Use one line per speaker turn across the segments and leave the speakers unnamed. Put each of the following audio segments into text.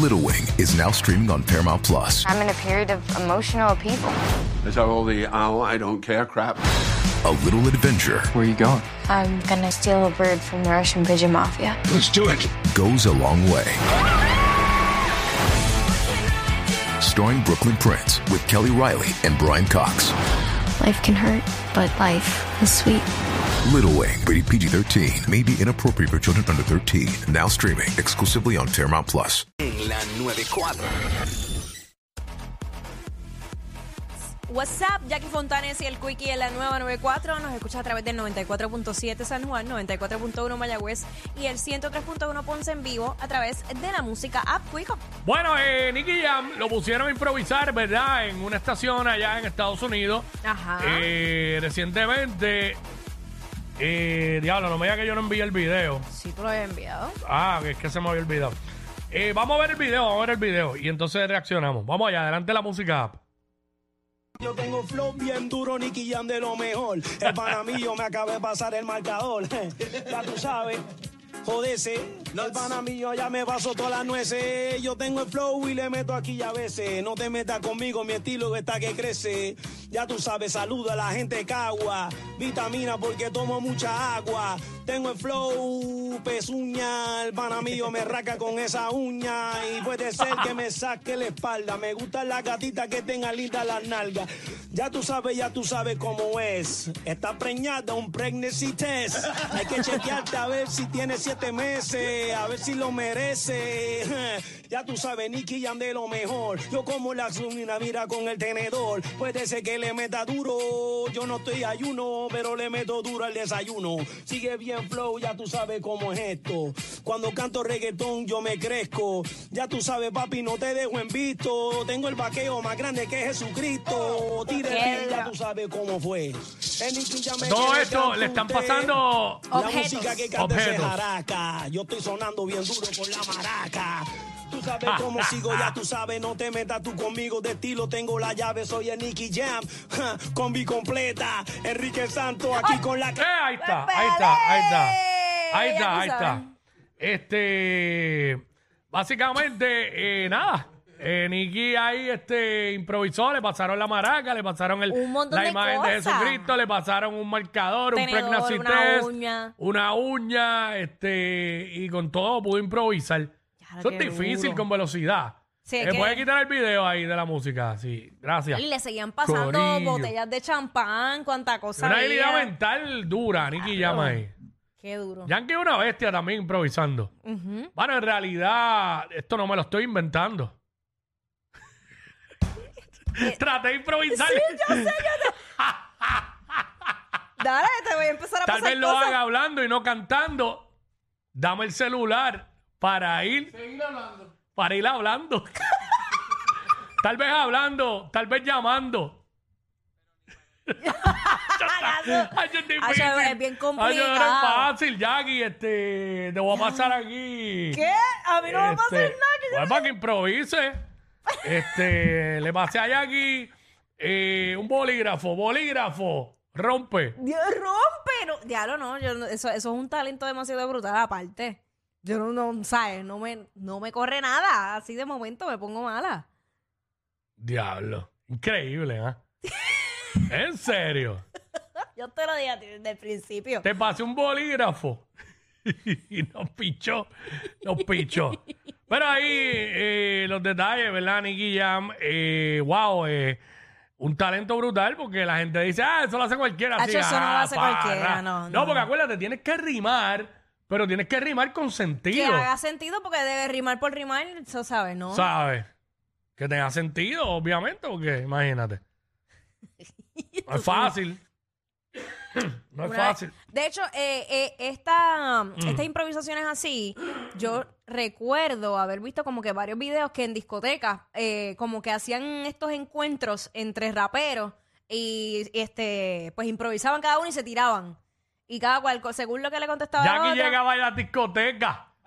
Little Wing is now streaming on Paramount Plus.
I'm in a period of emotional upheaval.
Is that all the oh, I don't care crap?
A little adventure
Where are you going?
I'm gonna steal a bird from the Russian pigeon mafia.
Let's do it.
goes a long way. Starring Brooklyn Prince with Kelly Riley and Brian Cox.
Life can hurt, but life is sweet.
Little Wing, rated PG 13, may be inappropriate for children under 13. Now streaming exclusively on Paramount Plus.
La 94.
WhatsApp, Jackie Fontanes y el Quickie en la nueva 94. Nos escucha a través del 94.7 San Juan, 94.1 Mayagüez y el 103.1 Ponce en vivo a través de la música App Quico.
Bueno, eh, Nicky Jam lo pusieron a improvisar, ¿verdad? En una estación allá en Estados Unidos.
Ajá.
Eh, recientemente. eh, diablo, no me diga que yo no envié el video.
Sí, tú lo habías enviado.
Ah, que es que se me había olvidado. Eh, vamos a ver el video, vamos a ver el video. Y entonces reaccionamos. Vamos allá, adelante la música app.
Yo tengo flow bien duro, Nicky Jam de lo mejor. El panamillo me acaba de pasar el marcador. Ya tú sabes, jodese. El panamillo ya me pasó todas las nueces. Yo tengo el flow y le meto aquí a veces. No te metas conmigo, mi estilo está que crece. Ya tú sabes, saluda a la gente cagua. Vitamina porque tomo mucha agua. Tengo el flow, pezuña. El panamillo me raca con esa uña. Y puede ser que me saque la espalda. Me gustan las gatitas que tengan lindas las nalgas. Ya tú sabes, ya tú sabes cómo es. Está preñada, un pregnancy test. Hay que chequearte a ver si tiene siete meses, a ver si lo merece. Ya tú sabes, Nicky Jam de lo mejor. Yo como la zunina, mira con el tenedor. Puede ser que le meta duro. Yo no estoy ayuno, pero le meto duro al desayuno. Sigue bien flow, ya tú sabes cómo es esto. Cuando canto reggaetón, yo me crezco. Ya tú sabes, papi, no te dejo en visto. Tengo el vaqueo más grande que Jesucristo. Tire bien, ya tú sabes cómo fue. El Nicky Jam me
Todo
quiere
esto le están
cantante.
pasando.
La
Objetos.
música que canta es
Objetos.
jaraca. Yo estoy sonando bien duro con la maraca. Tú sabes
Ah,
cómo sigo, ya tú sabes, no te metas tú conmigo de estilo, tengo la llave, soy el Nicky Jam, ja, combi completa, Enrique Santos aquí con la...
Eh, ahí está,
Pues
ahí está, ahí está. Ahí está, ahí está. Este. Básicamente, eh, nada. Eh, Nicky ahí este, improvisó, le pasaron la maraca, le pasaron el,
Un montón
la
de
imagen de
cosas.
Jesucristo, le pasaron un marcador,
Tenedor,
un pregnancy
una
test,
uña.
una uña, este, y con todo pudo improvisar.
Ya,
Eso es
qué
difícil
duro.
con velocidad.
Sí,
Eh,
es que-
puede quitar el video ahí de la música, sí, gracias.
Y le seguían pasando
Corillo.
botellas de champán, cuánta cosa.
Una
había.
habilidad mental dura, Nicky llama ahí.
Qué duro.
Yankee es una bestia también improvisando. Bueno, en realidad, esto no me lo estoy inventando.
Eh,
Traté de improvisar.
pues, Dale, te voy a empezar a
Tal
pasar
vez lo
cosas.
haga hablando y no cantando. Dame el celular para ir. Para ir hablando. tal vez hablando, tal vez llamando. Ay, es
Ay,
difícil.
yo- es
Ay, yo, no es
bien complicado.
fácil, Jackie. Este, te voy a pasar aquí.
¿Qué? A mí no me va a pasar
Este,
nada. que yo-
pues, para que improvise. Este, le pasé a Jackie eh, un bolígrafo, bolígrafo, rompe.
Dios rompe. No, diablo, no, yo no- eso, eso es un talento demasiado brutal aparte. Yo no, no ¿sabes? No me, no me corre nada. Así de momento me pongo mala.
Diablo. Increíble, ¿ah? en serio.
Yo te lo dije a ti desde el principio.
Te pasé un bolígrafo. y nos pichó. Nos pichó. Pero ahí eh, los detalles, ¿verdad, Nicky Jam? Eh, wow, eh, un talento brutal porque la gente dice, ah, eso lo hace cualquiera.
Hacho, eso no lo hace
parra.
cualquiera, no,
No,
no.
porque acuérdate, tienes que rimar, pero tienes que rimar con sentido.
Que haga sentido porque debe rimar por rimar, eso sabes, ¿no?
¿Sabes? Que tenga sentido, obviamente, porque imagínate. No es fácil. no es
Una vez-
fácil. Mm.
De hecho, eh, eh, esta, estas improvisaciones así, yo recuerdo haber visto como que varios videos que en discotecas eh, como que hacían estos encuentros entre raperos y este pues improvisaban cada uno y se tiraban. Y cada cual, co- según lo que le contestaba la
Jackie
otra-
llegaba a la discoteca.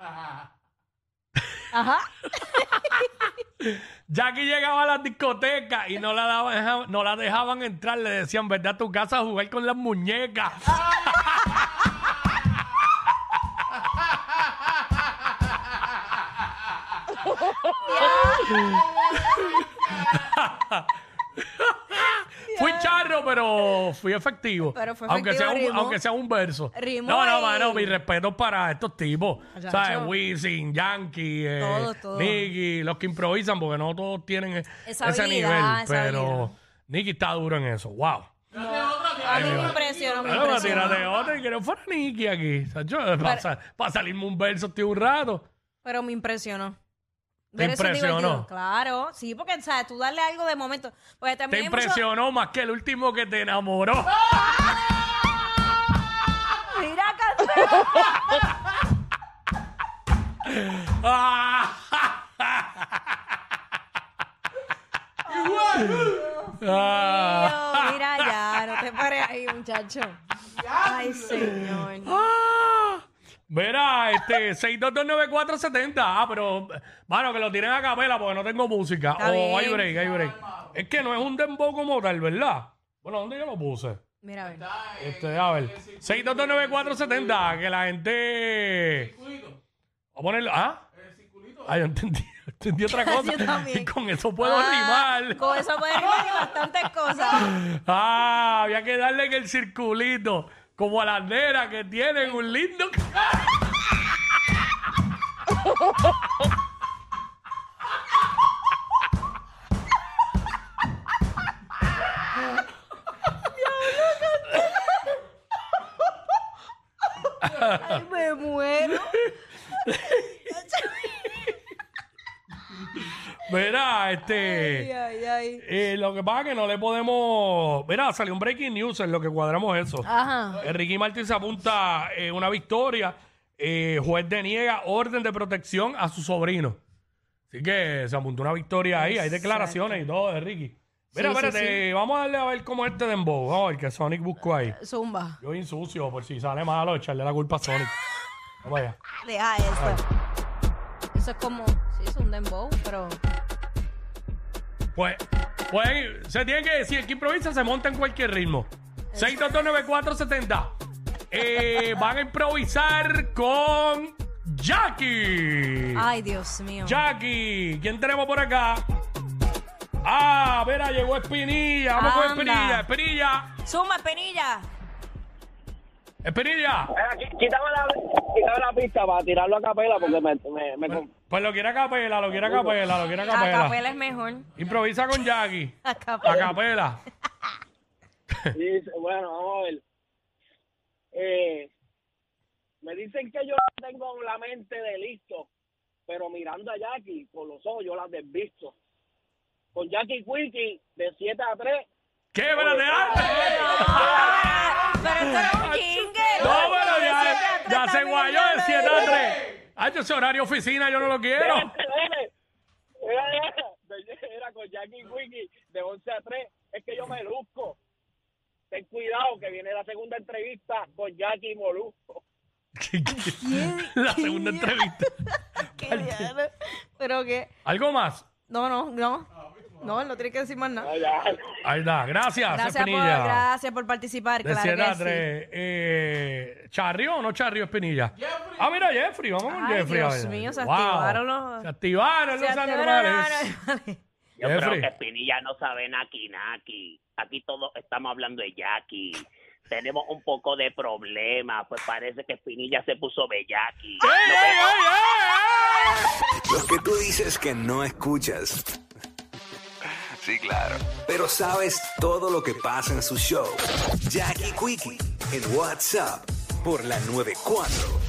Ajá.
Jackie llegaba a la discoteca y no la, daban- no la dejaban entrar. Le decían, vete a tu casa a jugar con las muñecas. fui charro, pero fui efectivo.
Pero fue
aunque,
efectivo,
sea un,
rimó.
aunque sea un verso.
Rimó
no, no,
y-
mano, mi respeto para estos tipos.
Muchacho.
¿Sabes? Wisin, Yankee, eh,
Todos, todos.
Nicky, los que improvisan, porque no todos tienen eh,
Esa
ese
habilidad,
nivel.
esa
pero
habilidad.
Nicky está duro en eso. ¡Wow!
A mí me impresionó, me
Bueno,
impresionó.
Ah, tírate otra y que no fuera Nicky aquí. Para salirme un verso, tío, un rato.
Pero me impresionó.
¿Te
Ver eso es
impresionó?
divertido. Claro, sí, porque, ¿sabes? Tú darle algo de momento. Porque
Te
también hay mucho-
impresionó más que el último que te enamoró.
Mira, Castro.
Ah.
Mira ya, no te pares ahí, muchacho. Ay, señor.
Ah. Mira, este 6229470. Ah, pero bueno, que lo tiren a capela porque no tengo música.
Está
oh,
bien.
hay break, hay break. Es que no es un dembow como tal, ¿verdad? Bueno, ¿dónde yo lo puse?
Mira, a ver.
Este, a ver. 6229470, que la gente. Vamos a ponerlo. ¿Ah? Ah, yo entendí, entendí otra cosa.
Yo también.
Y con eso puedo
Ah,
rimar.
Con eso puedes rimar y bastantes cosas.
Ah, había que darle en el circulito. Como a las nenas que tienen un lindo.
Ay, me muero.
Mira, este.
Ay, ay, ay.
eh, lo que pasa es que no le podemos. Mira, salió un breaking news en lo que cuadramos eso.
Ajá.
Eh, Ricky Martin se apunta eh, una victoria. Eh, juez deniega orden de protección a su sobrino. Así que se apuntó una victoria ahí. Hay declaraciones y todo de Ricky. Mira,
Sí, Eh, sí,
espérate, vamos a darle a ver cómo es este dembow. Vamos a ver que Sonic buscó ahí.
Zumba.
Yo insucio, por si sale malo, echarle la culpa a Sonic. Vamos allá.
Deja eso. Eso es como. Sí, es un dembow, pero.
Pues, pues se tiene que decir que improvisa, se monta en cualquier ritmo. 6229470. Eh, van a improvisar con Jackie.
Ay, Dios mío.
Jackie, ¿quién tenemos por acá? Ah, mira, llegó Espinilla. Vamos con Espinilla,
Anda.
Espinilla.
Zumba, penilla.
Espinilla.
Ah, Quítame la, quítame la pista para tirarlo a capela porque me... me, me con-
Pues lo quiere a capela, lo quiere a capela, lo quiere a
A
capela.
capela es mejor.
Improvisa con Jackie.
A
A
capela.
capela.
dice, bueno, vamos a ver. Eh, me dicen que yo tengo la mente de listo, pero mirando a Jackie con los ojos yo la desvisto. Con Jackie Quickie de 7 a 3.
¿Qué? Espérate, dale.
Ah, Pero esto era un jingle.
No, pero
De
ya,
siete a
ya se
tres también
guayó de
habla
7 a 3. Ay, yo ese horario oficina, yo no lo quiero.
Era con Jackie Quickie de 11 a 3. Es que yo me luzco. Ten cuidado que viene la segunda entrevista con Jackie Molusco.
La segunda entrevista.
Qué diablo. Pero que.
¿Algo más?
No, no, no. No, él no tiene que decir más nada.
Ahí está. Gracias,
Gracias por,
Espinilla.
gracias por participar.
De
claro
7
que
a
sí.
3. Eh, ¿Charrio o no Charrio Espinilla? Ah, mira, Jeffrey. Vamos con
Ay,
Jeffrey.
Dios
a ver.
mío, se
Wow.
activaron los-
Se activaron
Se
los
activaron
anormales.
los anormales.
Yo
Jeffrey.
creo que Espinilla no sabe naki naki. Aquí todos estamos hablando de Jackie. Tenemos un poco de problema, pues parece que Espinilla se puso bellaki.
¡Ey, ey, ey, ey, ey!
Los que tú dices que no escuchas. Sí, claro. Pero sabes todo lo que pasa en su show. Jackie Quickie en WhatsApp por la 94.